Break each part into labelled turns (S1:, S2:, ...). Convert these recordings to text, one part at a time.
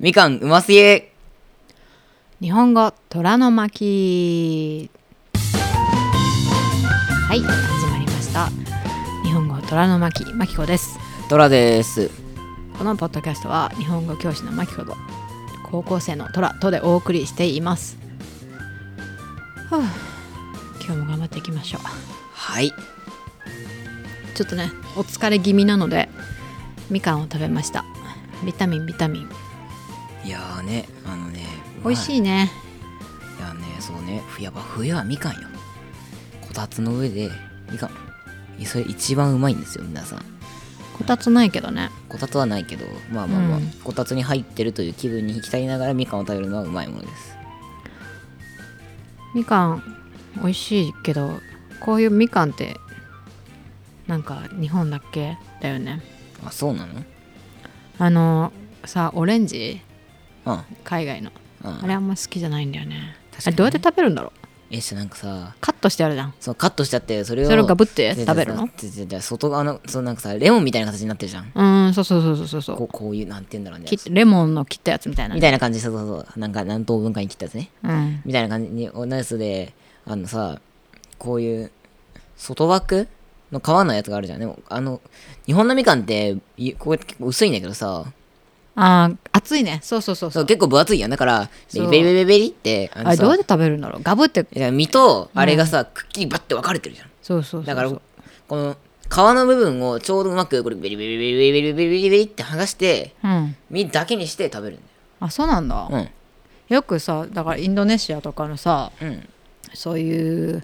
S1: みかんうますぎー
S2: 日本語虎の巻はい始まりました日本語虎の巻巻子です
S1: トラです
S2: このポッドキャストは日本語教師の巻子と高校生の虎とでお送りしていますふう今日も頑張っていきましょう
S1: はい
S2: ちょっとねお疲れ気味なのでみかんを食べましたビタミンビタミン
S1: いやーねあのね
S2: 美味し
S1: い
S2: いね
S1: いやねそうねふやっぱ冬はみかんよこたつの上でみかんそれ一番うまいんですよ皆さん
S2: こたつないけどね
S1: こたつはないけどまあまあまあ、
S2: うん
S1: こたつに入ってるという気分に浸りながらみかんを食べるのはうまいものです
S2: みかん美味しいけどこういうみかんってなんか日本だっけだよね
S1: あそうなの
S2: あのさオレンジ
S1: あ
S2: 海外の
S1: あ
S2: あれあんま好きじゃないんだよね
S1: 確か
S2: あ
S1: にね
S2: れどうやって食べるんだろう
S1: えじゃあなんかさ
S2: カットしてあるじゃん
S1: そうカットしちゃってそれを
S2: それをガブっ
S1: で
S2: て
S1: で
S2: 食べるの
S1: ででで外側のそうなんかさレモンみたいな形になってるじゃん
S2: うーんそうそうそうそうそうそ
S1: こう
S2: う
S1: こういうなんて言うんだろうね
S2: 切っレモンの切ったやつみたいな
S1: みたいな感じそうそうそうなんか何等分かに切ったやつね
S2: うん
S1: みたいな感じに同じやつであのさこういう外枠の皮のやつがあるじゃんでもあの日本のみかんっていこう結構薄いんだけどさ
S2: あー熱いねそうそうそうそ
S1: そう
S2: う
S1: 結構分厚いやんだからベ
S2: そ
S1: リ
S2: う
S1: ベリベリベリってあ
S2: あ
S1: の
S2: れどうやっ
S1: さ
S2: て食べるんだろうガブって
S1: いや身とあれがさ、くっきりバッて分かれてるじゃん
S2: そうそうそうそう
S1: だからこの皮の部分をちょうどうまくこれベリベリベリベリベリベリベリって剥がして
S2: うん
S1: 身だけにして食べるん
S2: あそうなんだ、
S1: だよ
S2: よくさだからインドネシアとかのさ
S1: うんうん
S2: そういう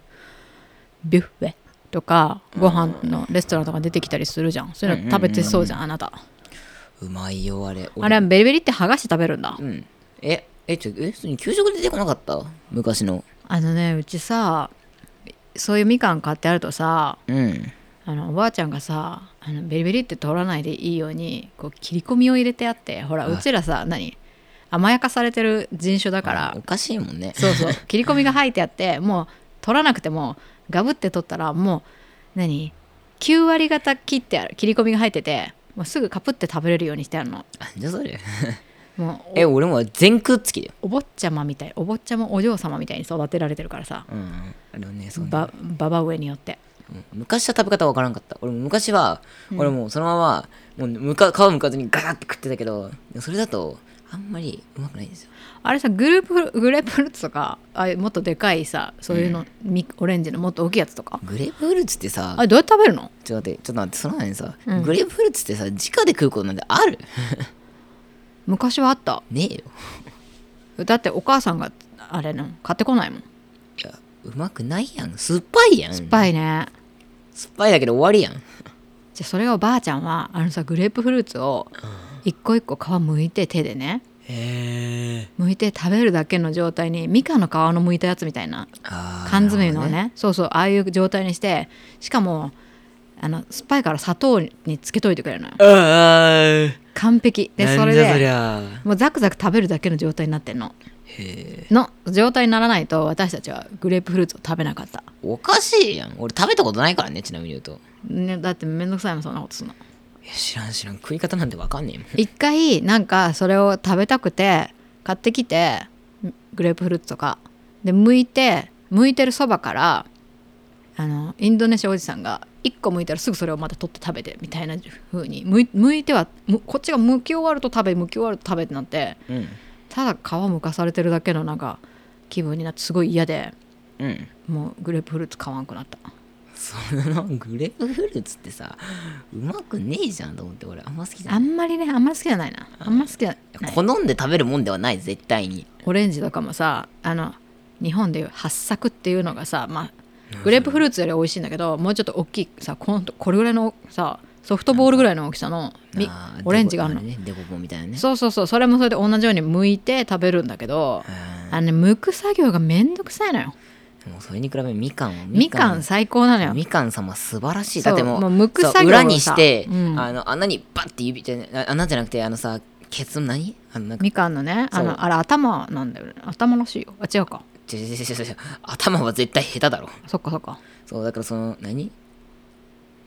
S2: ビュッフェとかご飯のレストランとか出てきたりするじゃんそういうの食べてそうじゃんあなた
S1: うまいよあれ
S2: あれはベリベリって剥がして食べるんだ
S1: うん。え、え、ちょ、え、普通に給食で出てこなかった昔の。
S2: あのねうちさそういうみかん買ってあるとさ
S1: うん。
S2: あのおばあちゃんがさあのベリベリって取らないでいいようにこう切り込みを入れてあってほら
S1: はいう
S2: ちらさ何甘やかされてる人種だから
S1: おかしいもんね。
S2: そう そう切り込みが入ってあってもう取らなくてもガブって取ったらもう何9割方切ってある切り込みが入っててもうすぐカプって食べれるようにしてあるの
S1: あじゃあそれ。
S2: もう
S1: え、俺も全食っつきだよ。
S2: おお坊ちゃまみたいお坊ちゃまお嬢様みたいに育てられてるからさ
S1: うん。あれはね、そんな。
S2: ばばば上によって
S1: うん昔は食べ方わからんかった。俺も昔は、俺もうそのまま、もうむか皮むかずにガサって食ってたけど、それだと、あんまりうまくないんですよ。
S2: あれさグループフルグレープフルーツとかああいうもっとでかいさそういうの、みオレンジのもっと大きいやつとか
S1: グレープフルーツってさ
S2: あ、れどうやって食べるの
S1: ちょっと待って、ちょっと待って、その前にさ、
S2: うん
S1: グレープフルーツってさ、直で食うことなんてある
S2: 昔はあった
S1: ねえよ。
S2: だってお母さんがあれの買ってこないもん
S1: いや、うまくないやん。酸っぱいやん。酸
S2: 酸っぱ
S1: い。
S2: いね、
S1: 酸っぱいだけど終わりやん。
S2: じゃあそれをばあちゃんはあのさグレープフルーツを一個一個皮むいて手でね
S1: へえ。
S2: むいて食べるだけの状態にみかんの皮のむいたやつみたいな缶
S1: 缶
S2: 詰のねそうそうああいう状態にしてしかもあの酸っぱいから砂糖につけといてくれるのよ
S1: あ
S2: 完璧
S1: あ
S2: でそ
S1: なん
S2: れ
S1: じゃそり
S2: で
S1: ゃ
S2: もうザクザク食べるだけの状態になってんの
S1: へえ
S2: の状態にならないと私たちはグレープフルーツを食べなかった、
S1: おかしいやん俺食べたことないからねちなみに言うと
S2: ね、だってめんどくさいもんそんなことするの
S1: いや知らん知らん食い方なんてわかんねえもん
S2: 一回なんかそれを食べたくて買ってきてグレープフルーツとかで剥いて剥いてるそばからあのインドネシアおじさんが1個剥いたらすぐそれをまた取って食べてみたいな風に剥い剥いてはむこっちが剥き終わると食べ剥き終わると食べってなって
S1: うん
S2: ただ皮剥かされてるだけのなんか気分になってすごい嫌で
S1: うん
S2: もうグレープフルーツ買わんくなった
S1: そのグレープフルーツってさうまくねえじゃんと思って俺あんま好きじゃ
S2: あ
S1: ない
S2: んまりねあんまり好きじゃないなあんまり好きじゃない
S1: 好んで食べるもんではない絶対に
S2: オレンジとかもさあの日本でいう八作っていうのがさ、まあ、グレープフルーツより美味しいんだけどもうちょっと大きいさこのこれぐらいのさソフトボールぐらいの大きさのみ
S1: あー
S2: オレンジがあるの
S1: デコねデコポンみたいなね
S2: そうそうそうそれもそれで同じように剥いて食べるんだけどあのね剥く作業がめんどくさいのよ
S1: うんもうそれに比べみかんは
S2: みかん最高なのよ
S1: みかん様素晴らしい
S2: そ
S1: だっ
S2: う
S1: てもう
S2: もう剥く
S1: そう
S2: 作業をさ
S1: 裏にして、
S2: うん
S1: あの穴にバッて指であ穴じゃなくてあのさケツの何あのなんか
S2: みかんのねあ
S1: そう
S2: のあれ頭なんだよね頭らしいよあ違うか
S1: ちょちょちょちょちょ頭は絶対下手だろ
S2: そっかそっか
S1: そうだからその何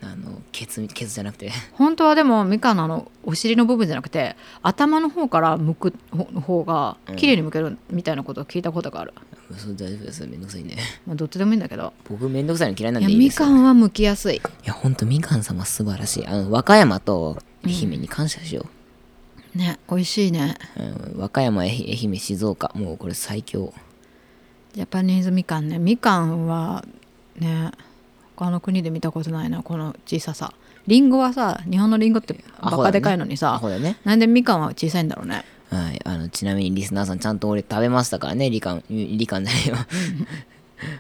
S1: あのケツケツじゃなくて
S2: 本当はでもみかんのあのお尻の部分じゃなくて頭の方から向くほ方が
S1: うん
S2: 綺麗に向けるみたいなことを聞いたことがある、
S1: それ大丈夫ですめんどくさいんで
S2: まあ、どっちでもいいんだけど
S1: 僕めんどくさいの嫌いなん
S2: いや
S1: でいい
S2: み
S1: です
S2: か
S1: よ
S2: んは向きやすい
S1: いやほんとみかん様素晴らしいあの和歌山と愛媛に感謝しよ
S2: ね美味しいね
S1: う、うん、和歌山愛愛媛静岡もうこれ最強
S2: ジャパニーズみかんねみかんはね他の国で見たことないなこの小ささりんごはさ日本のりんごってバカでかいのに
S1: ア
S2: さ、
S1: ホだね
S2: なんでみかんは小さいんだろうね
S1: はい、あのちなみにリスナーさんちゃんと俺食べましたからねリカンリカンじゃないよ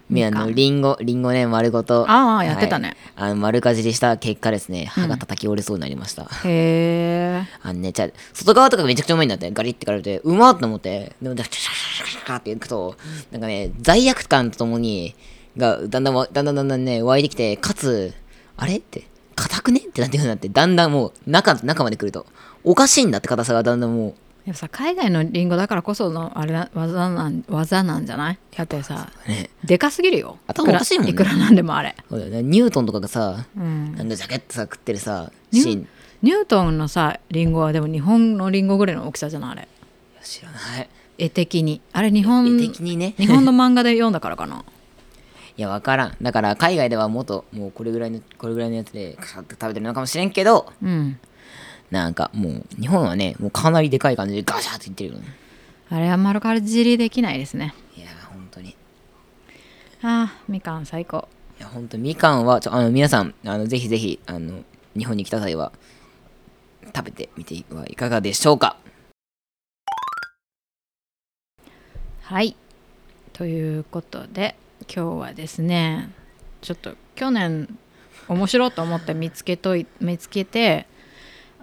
S1: み あ
S2: みか
S1: の
S2: ん
S1: リンゴリンゴね丸ごと
S2: ああやってたね、
S1: はいあの丸かじりした結果ですね歯が叩き折れそうになりました、
S2: へえ
S1: あのねじゃあ外側とかめちゃくちゃうまいんだってガリってかれてうまっと思ってでもシャシャシャシャシャシャっていくとなんかね罪悪感とともにがだんだんわだんだんだんだんね湧いてきてかつあれって硬くねってなってくるようになってだんだんもう中中まで来るとおかしいんだって硬さがだんだんもう
S2: やっぱさ海外のリンゴだからこそのあれな技なん技なんじゃないだってさ
S1: ね
S2: でかすぎるよ
S1: 頭おかしいもんね
S2: いくらいくらなんでもあれ、
S1: そうだよね、ニュートンとかがさ、
S2: うん
S1: なんだジャケットさ食ってるさ、
S2: ニュ
S1: シーン。い
S2: ニュートンのさリンゴはでも日本のリンゴぐらいの大きさじゃないあれ
S1: や知らない。
S2: 絵的にあれ日本
S1: 絵的にね。
S2: 日本の漫画で読んだからかな
S1: いや、わからん。だから、海外ではもっと、もうこれぐらいの、これぐらいのやつで、カシャって食べてるのかもしれんけど、
S2: うん
S1: なんかもう、日本はね、もうかなりでかい感じでガシャっていってるよね。
S2: あれは丸かじりできないですね
S1: いや、本当に。い
S2: あーみかん最高
S1: や、本当みかんは、ちょあの皆さん、あのぜひぜひ、あの、日本に来た際は、食べてみてはいかがでしょうか。
S2: はいということで今日はですねちょっと去年面白いと思って見つけとい見つけて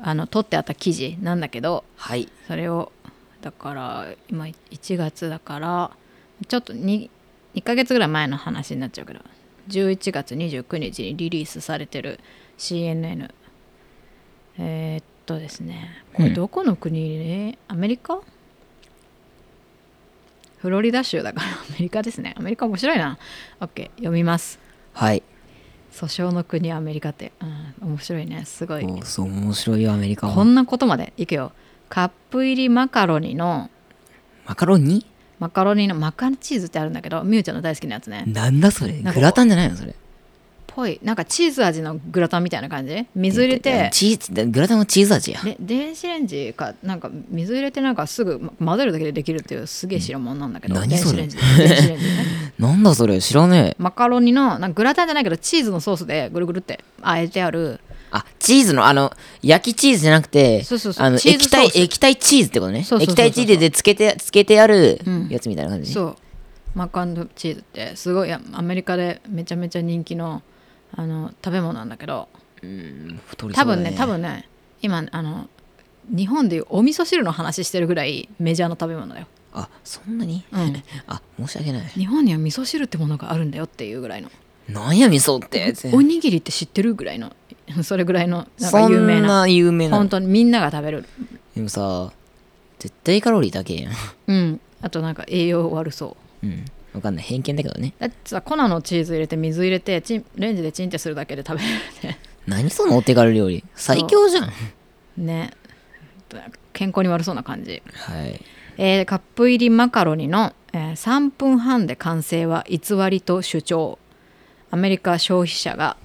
S2: あの撮ってあった記事なんだけど
S1: はい。
S2: それをだから今1月だからちょっと 2, 2ヶ月ぐらい前の話になっちゃうけど11月29日にリリースされてる CNN えーっとですねこれどこの国ね、アメリカフロリダ州だから アメリカですねアメリカ面白いな OK 読みます
S1: はい。
S2: 訴訟の国アメリカって、うん、面白いねすごい
S1: おそう、面白いよ、アメリカ
S2: こ
S1: は。
S2: んなことまでいくよカップ入りマカロニの
S1: マカロニ
S2: マカロニのマカンチーズってあるんだけどみゆちゃんの大好きなやつね
S1: なんだそれ
S2: なん
S1: グ
S2: か
S1: ラタンじゃないのそれ
S2: ぽいなんかチーズ味のグラタンみたいな感じ水入れて
S1: チーズグラタンはチーズ味や
S2: で電子レンジかなんか水入れてなんかすぐま混ぜるだけでできるっていうすげえ白物なんだけど
S1: 何
S2: 電
S1: そ
S2: 子
S1: れ
S2: レンジ電子レンジね
S1: なんだそれ知らねえ
S2: マカロニのなんかグラタンじゃないけどチーズのソースでぐるぐるってあえてある
S1: あチーズのあの焼きチーズじゃなくて
S2: そうそうそう
S1: あの
S2: チーズ
S1: 液体
S2: ソース
S1: 液体チーズってことね
S2: そうそうそうそう
S1: 液体チーズでつけてつけてある
S2: うん
S1: やつみたいな感じ、
S2: そうマカンチーズってすごいあアメリカでめちゃめちゃ人気のあの食べ物なんだけど
S1: うん太りそ
S2: 多
S1: うだ
S2: 分ね多分ね今あの日本でいうお味噌汁の話してるぐらいメジャーな食べ物だよ、
S1: あそんなに
S2: うん、
S1: あ申し訳ない
S2: 日本には味噌汁ってものがあるんだよっていうぐらいの
S1: なんや味噌って
S2: おにぎりって知ってるぐらいの それぐらいのなん
S1: そ
S2: か
S1: ん
S2: 有名な
S1: な有名な
S2: 本当にみんなが食べる
S1: でもさ絶対カロリーだけやん
S2: うんあとなんか栄養悪そう
S1: うんわかんない偏見だけどね
S2: だってさ粉のチーズ入れて水入れてチンレンジでチンってするだけで食べれるね
S1: 何そのお手軽料理最強じゃん
S2: ね 健康に悪そうな感じ
S1: はい
S2: えーカップ入りマカロニの、えー3分半で完成は偽りと主張アメリカ消費者が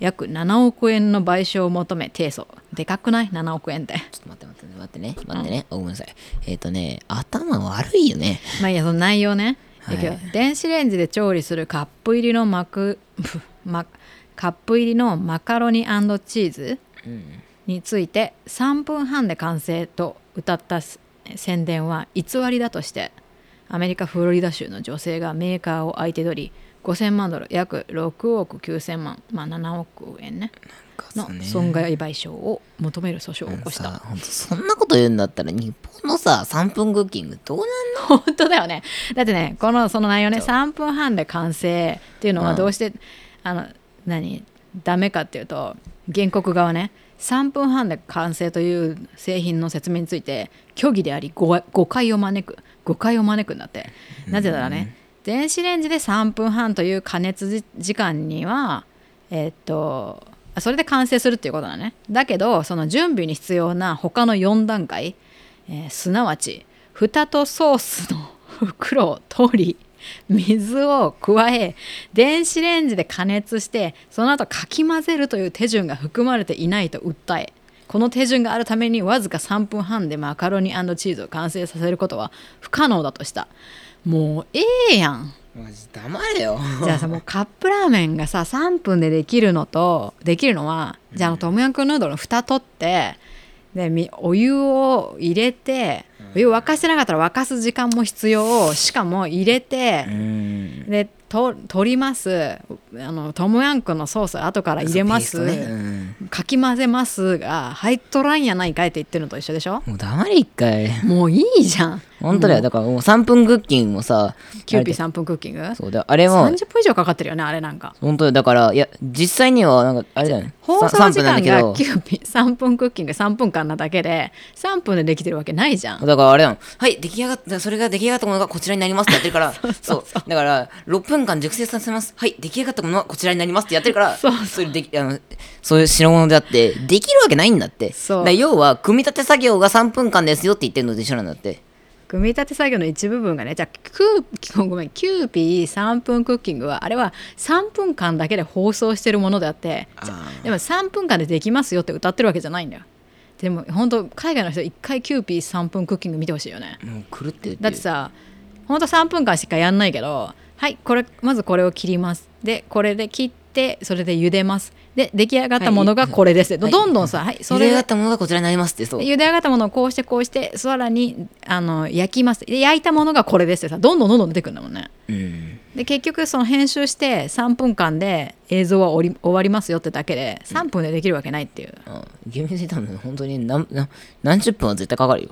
S2: 約7億円の賠償を求め提訴でかくない ?7 億円って
S1: ちょっと待って待って待ってね待ってね、おごめんなさいえっ、とね頭悪いよね
S2: まあいいやその内容ね、
S1: はい
S2: いくよ電子レンジで調理するカップ入りのマク マカップ入りのマカロニチーズ
S1: うん
S2: について3分半で完成と歌ったす宣伝は偽りだとしてアメリカ・フロリダ州の女性がメーカーを相手取り5000万ドル約6億9000万、まあ、7億円ねの損害賠償を求める訴訟を起こした
S1: さほんとそんなこと言うんだったら日本のさ3分クッキングどうなん
S2: 本当だよねだってねこのその内容ね3分半で完成っていうの
S1: う
S2: は
S1: ん
S2: どうして、あの何ダメかっていうと原告側ね3分半で完成という製品の説明について虚偽であり誤誤解を招く誤解を招くんだってなぜならね電子レンジで3分半という加熱じ時間にはえっとあそれで完成するっていうことだねだけどその準備に必要な他の4段階、えーすなわち蓋とソースの袋を取り水を加え電子レンジで加熱してその後かき混ぜるという手順が含まれていないと訴えこの手順があるためにわずか3分半でマカロニチーズを完成させることは不可能だとしたもうええやん
S1: マジ黙れよ
S2: じゃあさもうカップラーメンがさ3分でできるのとできるのはじゃああのトムヤムクンヌードルの蓋取ってでみお湯を入れてお湯を沸かしてなかったら沸かす時間も必要しかも入れて
S1: う、ん
S2: でと取りますあのトムヤンクのソース後から入れます、
S1: そうペーストねうん
S2: かき混ぜますが入っとらんやないかいって言ってるのと一緒でしょ
S1: もう黙れ一回
S2: もういいじゃん
S1: 本当だよ
S2: も
S1: だからもう3分クッキングもさ
S2: うキューピー
S1: あ
S2: 3分クッキング
S1: れそうだあれも
S2: 30分以上かかってるよねあれなんか
S1: 本当だよだからいや実際にはなんかあれだよね
S2: 放
S1: さ
S2: 送時間
S1: 3分な
S2: が
S1: んだけ
S2: キューピー3分クッキング3分間なだけで3分でできてるわけないじゃ
S1: ど
S2: ん
S1: だからあれだもんはい出来上がったそれが出来上がったものがこちらになりますってやってるから そうだから6分間熟成させますはい出来上がったものはこちらになりますってやってるから
S2: そうそう
S1: れできあのそういう代物であってできるわけないんだって
S2: そう
S1: だから要は組み立て作業が3分間ですよって言ってるのと一緒なんだって
S2: 組み立て作業の一部分がねじゃあキューごめんキューピー3分クッキングはあれは3分間だけで放送してるものであってじゃ
S1: あ
S2: でも3分間でできますよって歌ってるわけじゃないんだよでも本当海外の人一回キューピー3分クッキング見てほしいよね
S1: もう狂ってるっていう
S2: だってさほんと3分間しかやんないけどはいこれまずこれを切りますでこれで切ってそれで茹でますで出来上がったものがこれですって、
S1: はい
S2: どんどんさ、はい、そ
S1: 茹で
S2: れ
S1: 上が
S2: が
S1: ったものがこちらになりますってそう
S2: 茹で上がったものをこうしてこうしてさらにあの焼きますで焼いたものがこれですってさどんどんどんどん出てくるんだもんね
S1: うん
S2: で結局その編集して3分間で映像は終わり終わりますよってだけで3分でできるわけないっていう、
S1: あ厳密に多分本当に何何何十分は絶対かかるよ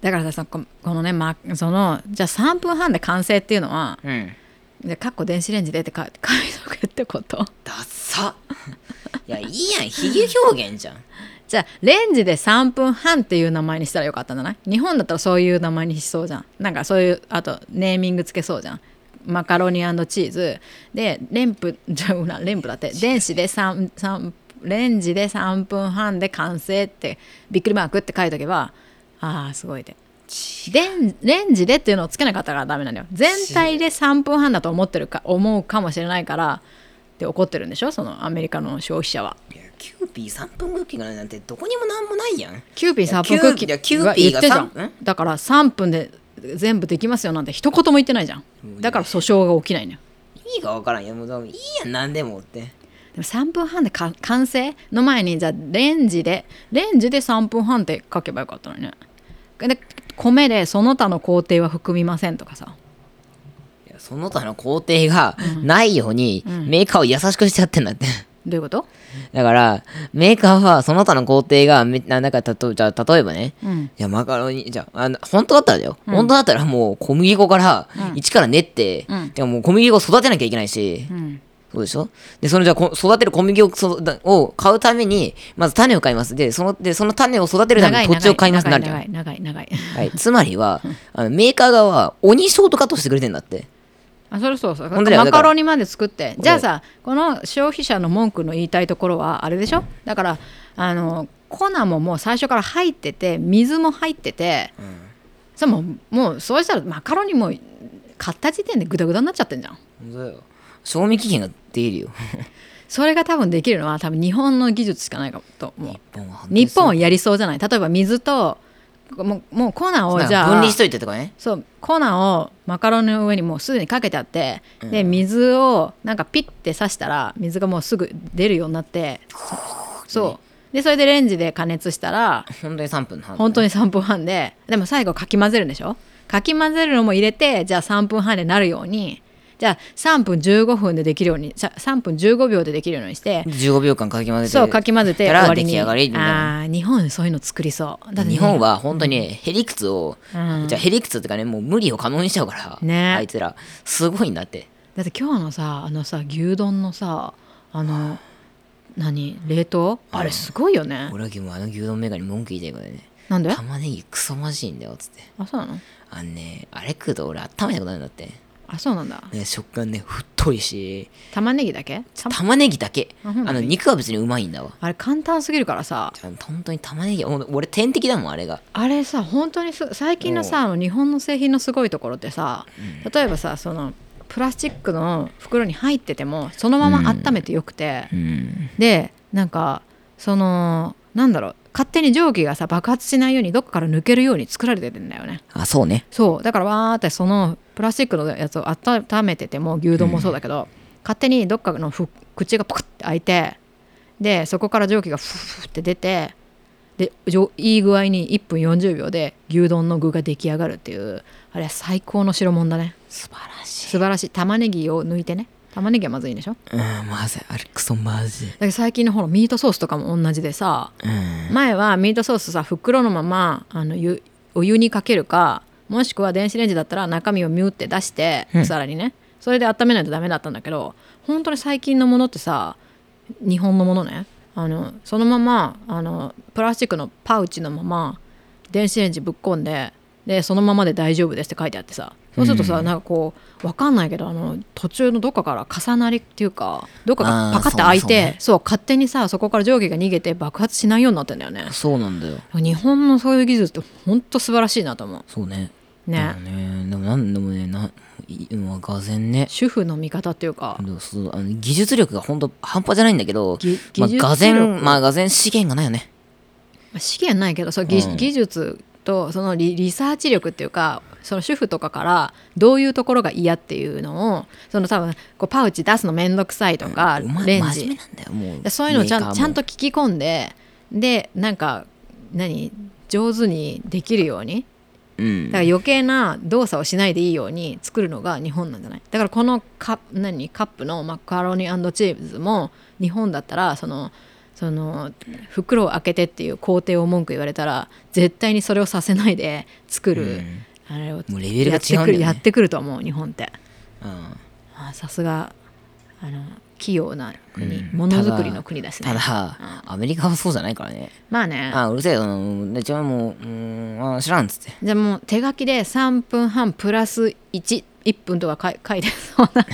S2: だからさそここのね、ま、そのじゃあ3分半で完成っていうのは
S1: うん
S2: でかっこ電子レンジでって書い書いとくってこと
S1: ダッサいやいいやん 比喩表現じゃん
S2: じゃあレンジで3分半っていう名前にしたらよかったんじゃない日本だったらそういう名前にしそうじゃんなんかそういうあとネーミングつけそうじゃんマカロニチーズでレンプ じゃうなレンプだって電子で3 3レンジで3分半で完成ってびっくりマークって書いとけばあーすごいででレンジでっていうのをつけなかったからダメなんだよ全体で3分半だと思ってるか思うかもしれないからって怒ってるんでしょそのアメリカの消費者はい
S1: やキューピー3分クッキングなんてどこにもなんもないやん
S2: キューピー3分クッキー
S1: キューピー
S2: 言
S1: が
S2: ってじゃ
S1: キューピーが
S2: ん
S1: 三
S2: だから3分で全部できますよなんて一言も言ってないじゃんだから訴訟が起きないのよ
S1: 意味がわからんいやもういいやん何でもって
S2: でも3分半でか完成の前にじゃあレンジでレンジで3分半って書けばよかったのにねで米でその他の工程は含みませんとかさ
S1: いやその他の工程がないように、メーカーを優しくしちゃってんだって
S2: どういうこと
S1: だからメーカーはその他の工程がめななんかたとじゃあ例えばね、
S2: うん
S1: いやマカロニじゃああの本当だったらだよ、本当だったらもう小麦粉から一から練って、
S2: うん
S1: でももう小麦粉育てなきゃいけないし、
S2: うん
S1: そうでしょで、そのじゃあこ、育てる小麦をそだを買うために、まず種を買います。で、その、で、その種を育てるために土地を買いますってなる
S2: 長
S1: じゃん
S2: 長。い長い長い長い
S1: はい。つまり は、あのメーカー側は鬼ショートカットしてくれてんだって。
S2: あそれそうそう
S1: 本当だよ
S2: マ
S1: だか
S2: カ
S1: ら
S2: ロニまで作ってじゃあさこの消費者の文句の言いたいところはあれでしょだからあの粉ももう最初から入ってて水も入ってて、それももうそうしたらマカロニもう買った時点でグダグダになっちゃってんじゃん
S1: 本当だよ。賞味期限が出るよ。
S2: それが多分できるのは多分日本の技術しかないかもと思う
S1: 日本は。
S2: 日本はやりそうじゃない例えば水ともうもう粉を
S1: は、
S2: じ
S1: じゃ
S2: ゃ
S1: あ。
S2: あ
S1: 分離しといてとかね。
S2: そう粉をマカロニの上にもうすでにかけてあって、で水をなんかピッて刺したら水がもうすぐ出るようになってそうでそれでレンジで加熱したら
S1: 本当に3分の半。
S2: 本当に3分半ででも最後かき混ぜるんでしょかき混ぜるのも入れてじゃあ3分半でなるようにじゃあ3分15分でできるようにさ3分15秒でできるようにして
S1: 15秒間かき混ぜて。
S2: そうかき混ぜて
S1: た
S2: 終
S1: ら
S2: わり
S1: 出来
S2: に
S1: 上がりみたいな。
S2: あー日本そういうの作りそうだってね
S1: 日本は本当にヘリクツを、
S2: うん
S1: じゃあヘリクツってかね、もう無理を可能にしちゃうから、
S2: ね
S1: あいつら、すごいんだって。
S2: だって今日のさあのさ牛丼のさあの何冷凍あれすごいよね
S1: 俺は今あの牛丼メーカーに文句言いたいからね。
S2: なんであ
S1: 玉ねぎクソまじいんだよっつって
S2: そうなの
S1: あのねあれ食うと俺温めたくなるんだって
S2: あそうなんだ
S1: ね、食感ね太いし
S2: 玉ねぎだけた
S1: 玉ねぎだけ
S2: あ
S1: あ
S2: ほんまに
S1: の肉は別にうまいんだわ
S2: あれ簡単すぎるからさ
S1: ちゃんと本当に玉ねぎほんと俺天敵だもんあれが
S2: あれさ本当にす最近のさあの日本の製品のすごいところってさ例えばさそのプラスチックの袋に入っててもそのまま温めてよくて、
S1: うん
S2: でなんかそのなんだろう勝手に蒸気がさ爆発しないようにどっかから抜けるように作られてるんだよね
S1: あそうね
S2: そうだからわーってそのプラスチックのやつを温めてても牛丼もそうだけど、勝手にどっかのふ口がパクって開いてでそこから蒸気がフーフーって出てでじょいい具合に1分40秒で牛丼の具が出来上がるっていうあれは最高の白物だね
S1: 素晴らしい
S2: 素晴らしい玉ねぎを抜いてね玉ねぎはまずいんでしょだ
S1: うんまずいあれクソまずい
S2: けど最近のほらミートソースとかも同じでさ
S1: うん
S2: 前はミートソースさ袋のままあのゆお湯にかけるかもしくは電子レンジだったら中身をミューって出して
S1: うん
S2: 皿にねそれで温めないとダメだったんだけど本当に最近のものってさ日本のものねあのそのままあのプラスチックのパウチのまま電子レンジぶっ込んででそのままで大丈夫ですって書いてあってさそうするとさ、
S1: うん
S2: なんかこうわかんないけどあの途中のどっかから重なりっていうかどっか
S1: あー
S2: がパカッて開い
S1: そうねそう
S2: て
S1: ね
S2: そう勝手にさそこから蒸気が逃げて爆発しないようになってんだよね
S1: そうなんだよ
S2: 日本のそういう技術ってほんと素晴らしいなと思
S1: そうね
S2: うね、
S1: でもねでもなんでもねないうんがぜんね
S2: 主婦の味方っていうか
S1: あのそうあの技術力が本当半端じゃないんだけど
S2: ぎ
S1: まあ
S2: 技術力、
S1: がぜんまあがぜん資源がないよね
S2: まあ資源ないけどそう技,、
S1: うん
S2: 技術とそのリリサーチ力っていうかその主婦とかからどういうところが嫌っていうのをその多分こうパウチ出すのめんどくさいとか、
S1: うま
S2: レン
S1: 真面目
S2: ジ
S1: なんだよもう
S2: そういうのをちゃ
S1: メーカー
S2: ん
S1: も
S2: ちゃんと聞き込んででなんか何上手にできるように
S1: うん
S2: だから余計な動作をしないでいいように作るのが日本なんじゃないだからこのカップ何カップのマカロニチーズも日本だったらそのその袋を開けてっていう工程を文句言われたら絶対にそれをさせないで作る、
S1: うん
S2: あれを
S1: もうレベルが
S2: やって
S1: 違うんだ
S2: くる
S1: よ
S2: やっ
S1: ね
S2: てくると思う日本って
S1: うん
S2: あさすがあの器用な国
S1: うん
S2: ものづくりの国ですね
S1: ただアメリカはそうじゃないからね
S2: まあね
S1: あうるせえようんでちょもううーんあ知らんっつ って
S2: じゃあもう手書きで3分半プラス11分とか書い書いてそうな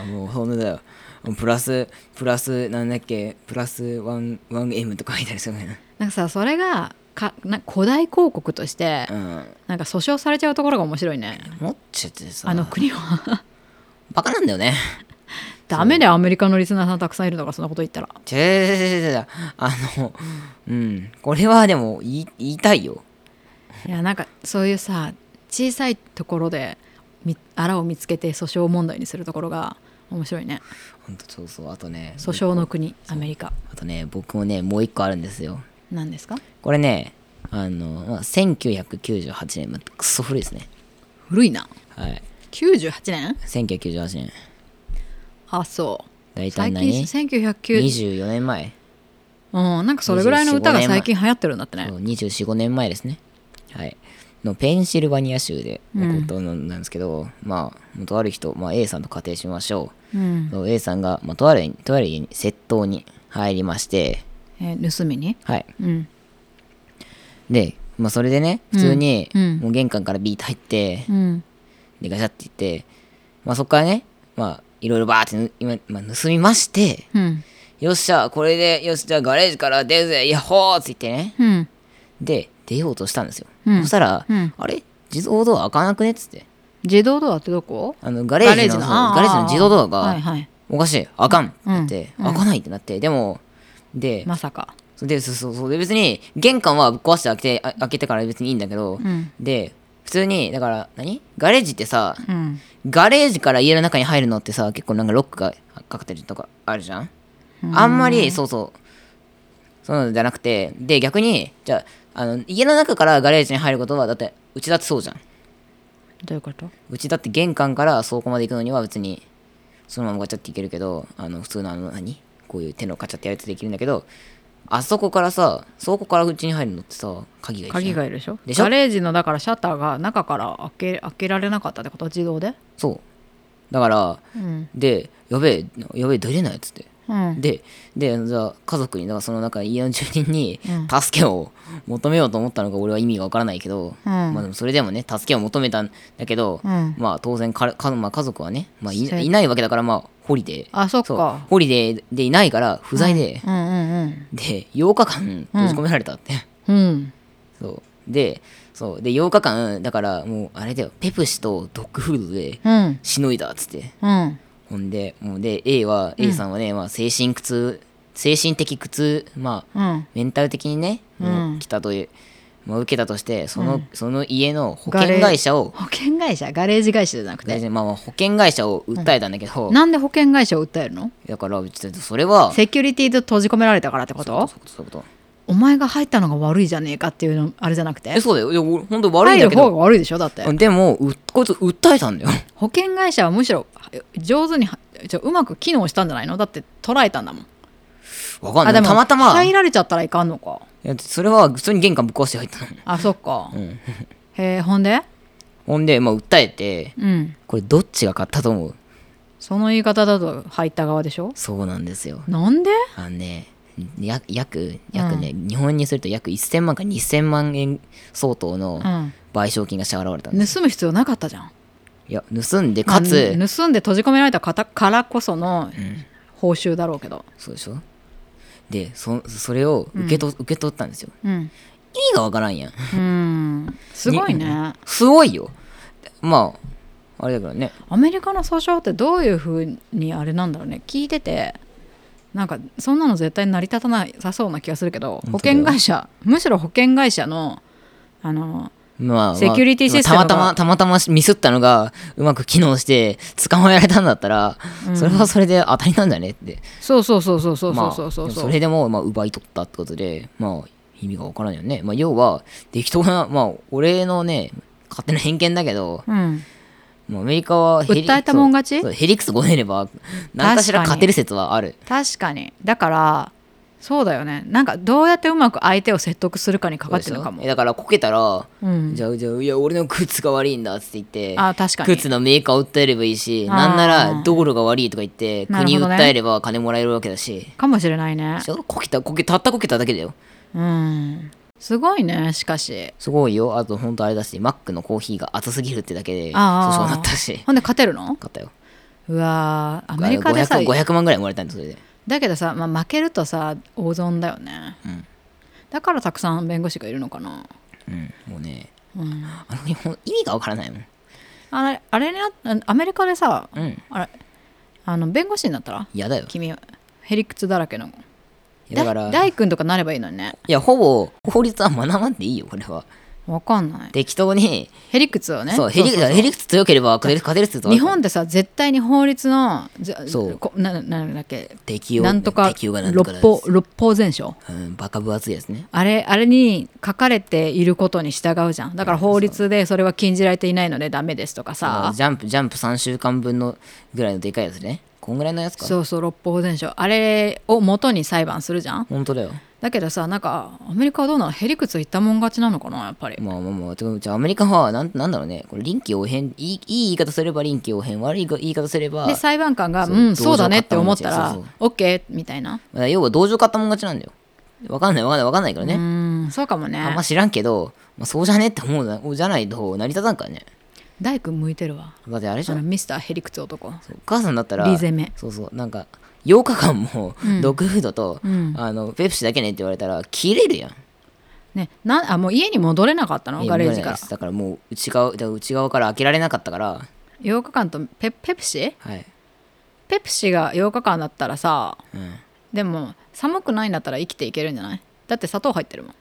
S1: あもうほんとだよプラスプラスなんだっけプラスワンワン M とか書いたりするのよ
S2: なんかさそれがかな古代広告として
S1: うん
S2: なんか訴訟されちゃうところが面白いね
S1: 持っちゃってさ
S2: あの国は
S1: バカなんだよね
S2: ダメでアメリカのリスナーさんたくさんいるのかそんなこと言ったら
S1: ちぇちぇちぇちぇあのうんこれはでも言い言いたいよ
S2: いやなんかそういうさ小さいところでみあらを見つけて訴訟問題にするところが面白いね
S1: ほんとそうそうあとね
S2: 訴訟の国アメリカ
S1: あとね僕もねもう一個あるんですよ
S2: なんですか
S1: これねあの、まあ、1998年、まあ、クソ古いですね
S2: 古いな
S1: はい
S2: 98年
S1: 1998年
S2: あそう
S1: 大体
S2: 最
S1: 何
S2: 近1990
S1: 24年前
S2: うんなんかそれぐらいの歌が最近流行ってるんだってね
S1: そう245年前ですねはいのペンシルバニア州で起こったのなんですけど、まあ元ある人、まあ、A さんと仮定しましょ
S2: う
S1: う、
S2: ん、
S1: そう A さんが、まあ、とあるとある家に窃盗に入りまして
S2: えー盗みに
S1: はい
S2: うん
S1: で、まあ、それでね普通に、
S2: うんうん
S1: もう玄関からビート入って
S2: うん
S1: でガチャって言って、まあ、そっからねまあいろいろバーってぬ今、まあ、盗みまして
S2: うん
S1: よっしゃこれでよしじゃあガレージから出るぜヤッホーって言ってね
S2: うん
S1: で出ようとしたんですよ、
S2: うん
S1: そしたら、
S2: うん
S1: あれ自動ドア開かなくねっつって
S2: 自動ドアってどこ
S1: あのガレージのそう
S2: あー
S1: ガレージの自動ドアが、
S2: はいはい
S1: おかしい開かんってなって、
S2: うん
S1: 開かないってなってでもで,、
S2: まさか
S1: でそうそうそうで別に玄関はぶっ壊して開けてあ開けてから別にいいんだけど、
S2: うん
S1: で普通にだから何ガレージってさ
S2: うん
S1: ガレージから家の中に入るのってさ結構なんかロックがかかってるとかあるじゃんあんまりそうそうそういうのじゃなくてで逆にじゃああの家の中からガレージに入ることはだってうちだってそうじゃん
S2: どういうこと
S1: うちだって玄関から倉庫まで行くのには別にそのままガチャっていけるけどあの普通のあの何こういう手のガチャってやるやつできるんだけどあそこからさ倉庫からうちに入るのってさ鍵がいるじゃん
S2: 鍵がいるでしょ
S1: でしょ
S2: ガレージのだからシャッターが中から開け開けられなかったってこと自動で
S1: そうだから
S2: うん
S1: でやべえやべえ出れないっつって
S2: うん
S1: ででじゃあ家族にだからそのなんか家の住人に
S2: うん
S1: 助けを求めようと思ったのか俺は意味がわからないけど、まあでもそれでもね助けを求めたんだけど、
S2: うん
S1: まあ当然かか、まあ、家族はね、まあ、い
S2: そう
S1: いないわけだからまあホリデー
S2: あそっ
S1: そう
S2: か
S1: ホリデーでいないから不在で、
S2: うんうん
S1: で8日間閉じ込められたって、
S2: うんうん
S1: そうでそうで8日間だからもうあれだよペプシとドッグフードで
S2: うん
S1: しのいだっつって
S2: うん
S1: ほんでもうで A は A さんはね、まあ、精神苦痛精神的苦痛まあ
S2: うん
S1: メンタル的にね、もう
S2: うん
S1: 来たという、まあ、受けたとしてその,、
S2: うん
S1: その家の保
S2: ガ
S1: 険
S2: レー
S1: 会社を
S2: 保険会社ガレージ会社じゃなく
S1: 大
S2: て
S1: 事まあまあ保険会社を訴えたんだけど、
S2: なんで保険会社を訴えるの
S1: だからちょっとそれは
S2: セキュリティで閉じ込められたからってこと
S1: そういうことそういうこと
S2: お前が入ったのが悪いじゃねえかっていうのあれじゃなくて
S1: えそうだよいや俺本当悪いんだけ
S2: 入る方
S1: ど
S2: が悪いでしょだって
S1: うんでもうこいつ訴えたんだよ
S2: 保険会社はむしろ上手にはちょうまく機能したんじゃないのだって捉えたんだもん
S1: わかんない
S2: も
S1: たまたま
S2: 入られちゃったらいかんのか
S1: いやそれは普通に玄関ぶっ壊して入ったの
S2: あそっか、
S1: ん
S2: へえほんで
S1: ほんでまあ訴えて
S2: うん
S1: これどっちが勝ったと思う
S2: その言い方だと入った側でしょ
S1: そうなんですよ
S2: なんで
S1: あのねや約約ね、日本円にすると約1000万から2000万円相当の
S2: うん
S1: 賠償金が支払われたんです、
S2: 盗む必要なかったじゃん
S1: いや盗んでかつ、
S2: まあ盗んで閉じ込められた方からこその報酬だろうけど
S1: そうでしょでそそれを受けと、受け取ったんですよ
S2: うん、
S1: 意味がわからんやん
S2: うん、すごい
S1: にうん
S2: ね
S1: すごいよまああれだからね
S2: アメリカの訴訟ってどういうふうにあれなんだろうね聞いててなんかそんなの絶対成り立たなさそうな気がするけど
S1: 当だよ
S2: 保険会社むしろ保険会社のあの
S1: まあ、
S2: セキュリティシステム
S1: ま
S2: が
S1: あたまたまたまたまミスったのがうまく機能して捕まえられたんだったら、
S2: うん
S1: それはそれで当たりなんだねって
S2: そうそうそうそうそう
S1: ま
S2: そ
S1: あ
S2: うそうそ
S1: で
S2: う
S1: も
S2: そう、
S1: それでもまあ奪い取ったってことでまあ意味がわからんよね、まあ、要は適当なまあ俺のね勝手な偏見だけど、
S2: うん、
S1: まあ、アメリカはヘリ
S2: 訴えたもん勝ち
S1: そうそうヘリクスごねれば何かしら勝てる説はある
S2: 確かにだからそうだよねなんかどうやってうまく相手を説得するかにかかってるのか
S1: そうで
S2: も
S1: しょえだからこけたら、
S2: うん
S1: じゃあじゃあいや俺の靴が悪いんだっつって言って
S2: あ確かに
S1: 靴のメーカーを訴えればいいし
S2: あー
S1: なんなら道路が悪いとか言って
S2: なる
S1: 国
S2: ほどね
S1: 訴えれば金もらえるわけだし、
S2: かもしれないね
S1: ちょこけたこけたったこけただけだよ
S2: うんすごいねしかし
S1: すごいよあと本当あれだしマックのコーヒーが熱すぎるってだけで訴訟
S2: あー
S1: なったし
S2: ほんで勝てるの
S1: 買ったよ
S2: うわーアメリカでさ
S1: 500, 500万ぐらいもらえたんですそれで
S2: だけどさ、まあ、負けるとさ大損だよね、
S1: ん
S2: だからたくさん弁護士がいるのかな、
S1: うんもうね
S2: うん、
S1: あの日本意味がわからないもん
S2: あれあれになアメリカでさ
S1: うん
S2: あれあの弁護士になったら
S1: 嫌だよ
S2: 君へりくつだらけの
S1: いやだから
S2: 大君とかなればいいのにね
S1: いやほぼ法律は学ばんでいいよこれは
S2: わかんない
S1: 適当に
S2: へりくつをね
S1: そうヘリ
S2: そうそう
S1: ヘリクス強ければ勝てる勝てるって言うと
S2: 日本ってさ絶対に法律のじゃ
S1: そう
S2: こななんだっけ
S1: 適用
S2: なんとか
S1: 適用がなんと
S2: 六
S1: かだ
S2: 法六法全書
S1: うん、バカ分厚いやつね。
S2: あれあれに書かれていることに従うじゃんだから法律でそれは禁じられていないのでダメですとか
S1: あ
S2: さ
S1: のジャンプ、ジャンプ3週間分のぐらいのでかいやつね。こんぐらいのやつか。
S2: そうそう六法全書あれを元に裁判するじゃん
S1: 本当だよ。
S2: だけどさなんかアメリカはどうなのへりくつ言ったもん勝ちなのかなやっぱり
S1: まあまあまあ、てかじゃあアメリカはなん、なんだろうね。これ臨機応変、いいいい言い方すれば臨機応変、悪い言い方すれば、
S2: で裁判官が「う
S1: そうん
S2: そうだね」って思った
S1: 同
S2: ら
S1: 情買ったもん
S2: 「OK」みたいな
S1: まあ要は同情買ったもん勝ちなんだよ。わかんないわかんないわかんないから
S2: う
S1: ね。
S2: んそうかも
S1: あんま
S2: ね
S1: 知らんけど、まあ、そうじゃねって思うなじゃないと成り立たんからね。
S2: 大君向いてるわ
S1: だってあれじ
S2: あ
S1: ゃ
S2: の
S1: ん。
S2: ミスターへりくつ男
S1: そうお母さんだったら、
S2: リゼメ
S1: そうそう、なんか、8日間も、ドッグフードと、
S2: うん
S1: あの、ペプシだけねって言われたら、切れるやん。
S2: ねなあもう家に戻れなかったの
S1: いや
S2: ガレー
S1: 無
S2: ジ
S1: 理な
S2: か
S1: んで
S2: ら
S1: すだからもう内側だから内側から開けられなかったから
S2: 8日間とペペプシ
S1: はい、
S2: ペプシが8日間だったらさ
S1: うん、
S2: でも寒くないんだったら生きていけるんじゃないだって砂糖入ってるもん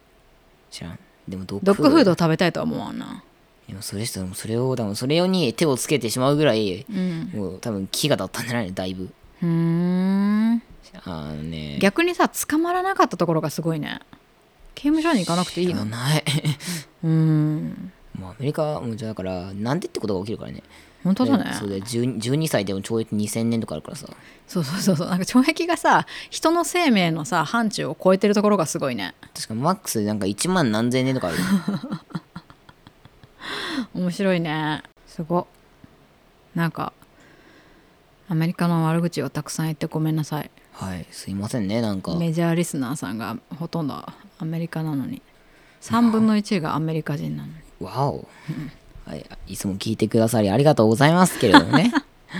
S1: 知らんでもドッグ
S2: ドッグフード
S1: い
S2: を食べたいとは思わんな
S1: やもうそれ人それを多分それに手をつけてしまうぐらい
S2: うん
S1: もう多分飢餓だったんじゃないのだいぶ
S2: ふーん
S1: あのね
S2: 逆にさ捕まらなかったところがすごいね刑務所に行かなくていいの
S1: 知らない
S2: うん
S1: もうアメリカはもうじゃあだからなんでってことが起きるからね
S2: 本当だ
S1: で
S2: ね
S1: そうだよ 12, 12歳でも懲役2000年とかあるからさ
S2: そうそうそうそうなんか懲役がさ人の生命のさ範疇を超えてるところがすごいね
S1: 確かマックスでなんか1万何千年とかあ るよ
S2: 面白いねすごっなんかアメリカの悪口をたくさん言ってごめんなさい
S1: はいすいませんねなんか
S2: メジャーリスナーさんがほとんどアメリカなのに3分の1がアメリカ人なのに
S1: わお、はい、いつも聞いてくださりありがとうございますけれどもね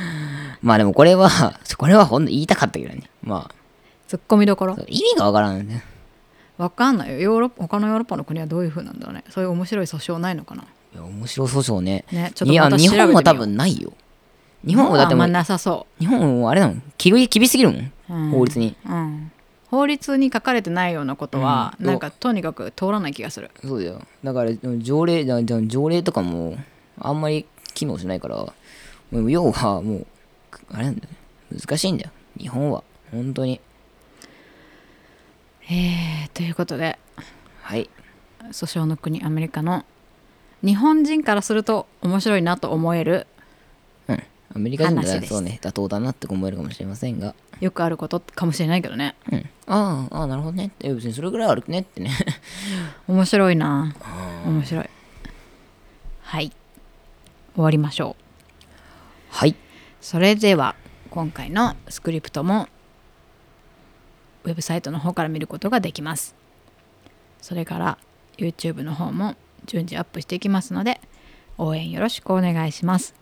S1: まあでもこれはこれはほんと言いたかったけどねま
S2: ツッコミどころ
S1: あ意味がわからんね
S2: わかんないよヨーロッパ他のヨーロッパの国はどういう風なんだろうねそういう面白い訴訟ないのかない
S1: や面白訴訟ね
S2: ねちょっと
S1: いや
S2: また調べて
S1: 日
S2: みよう
S1: 本は多分ないよ日本はだっても
S2: あ
S1: うん
S2: まなさそ
S1: 日本はあれなの厳厳しすぎるもん、
S2: う、うん
S1: 法律に
S2: うん、法律に書かれてないようなことは、
S1: うん
S2: なんかとにかく通らない気がする
S1: そうだよだから条例だだ条例とかもあんまり機能しないからもう要はもうあれなんだよね難しいんだよ日本は本当に
S2: えーということで
S1: はい
S2: 訴訟の国アメリカの日本人からすると面白いなと思える
S1: うんアメリカ人だ
S2: 話
S1: ら
S2: です
S1: そうね妥当だなって思えるかもしれませんが
S2: よくあることかもしれないけどね
S1: うんああああなるほどねえ別にそれぐらいあるねってね
S2: 面白いな面白いはい終わりましょう
S1: はい
S2: それでは今回のスクリプトもウェブサイトの方から見ることができますそれから YouTube の方も順次アップしていきますので応援よろしくお願いします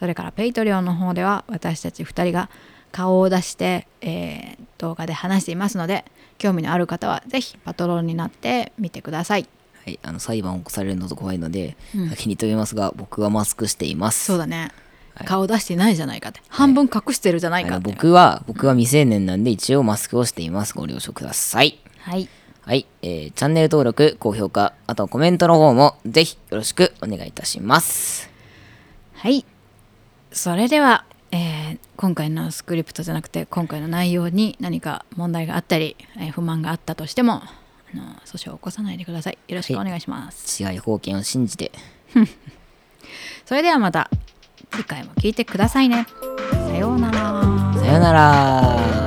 S2: それから Patreon の方では私たち2人が顔を出して、えー動画で話していますので興味のある方はぜひパトロンになってみてください
S1: はい、あの裁判を起こされるのと怖いので、
S2: うん
S1: 先に言っておきますが僕はマスクしています
S2: そうだね、
S1: はい
S2: 顔出してないじゃないかって半分隠してるじゃない
S1: あ
S2: か
S1: の
S2: っていう
S1: 僕は僕は未成年なんで一応マスクをしていますご了承ください
S2: はい
S1: はい、えーチャンネル登録高評価あとコメントの方もぜひよろしくお願いいたします
S2: はいそれでは、えー今回のスクリプトじゃなくて今回の内容に何か問題があったり、えー不満があったとしてもあの訴訟を起こさないでくださいよろしくお願いします、
S1: 違い貢献を信じて
S2: それではまた次回も聞いてくださいねさようなら
S1: さようなら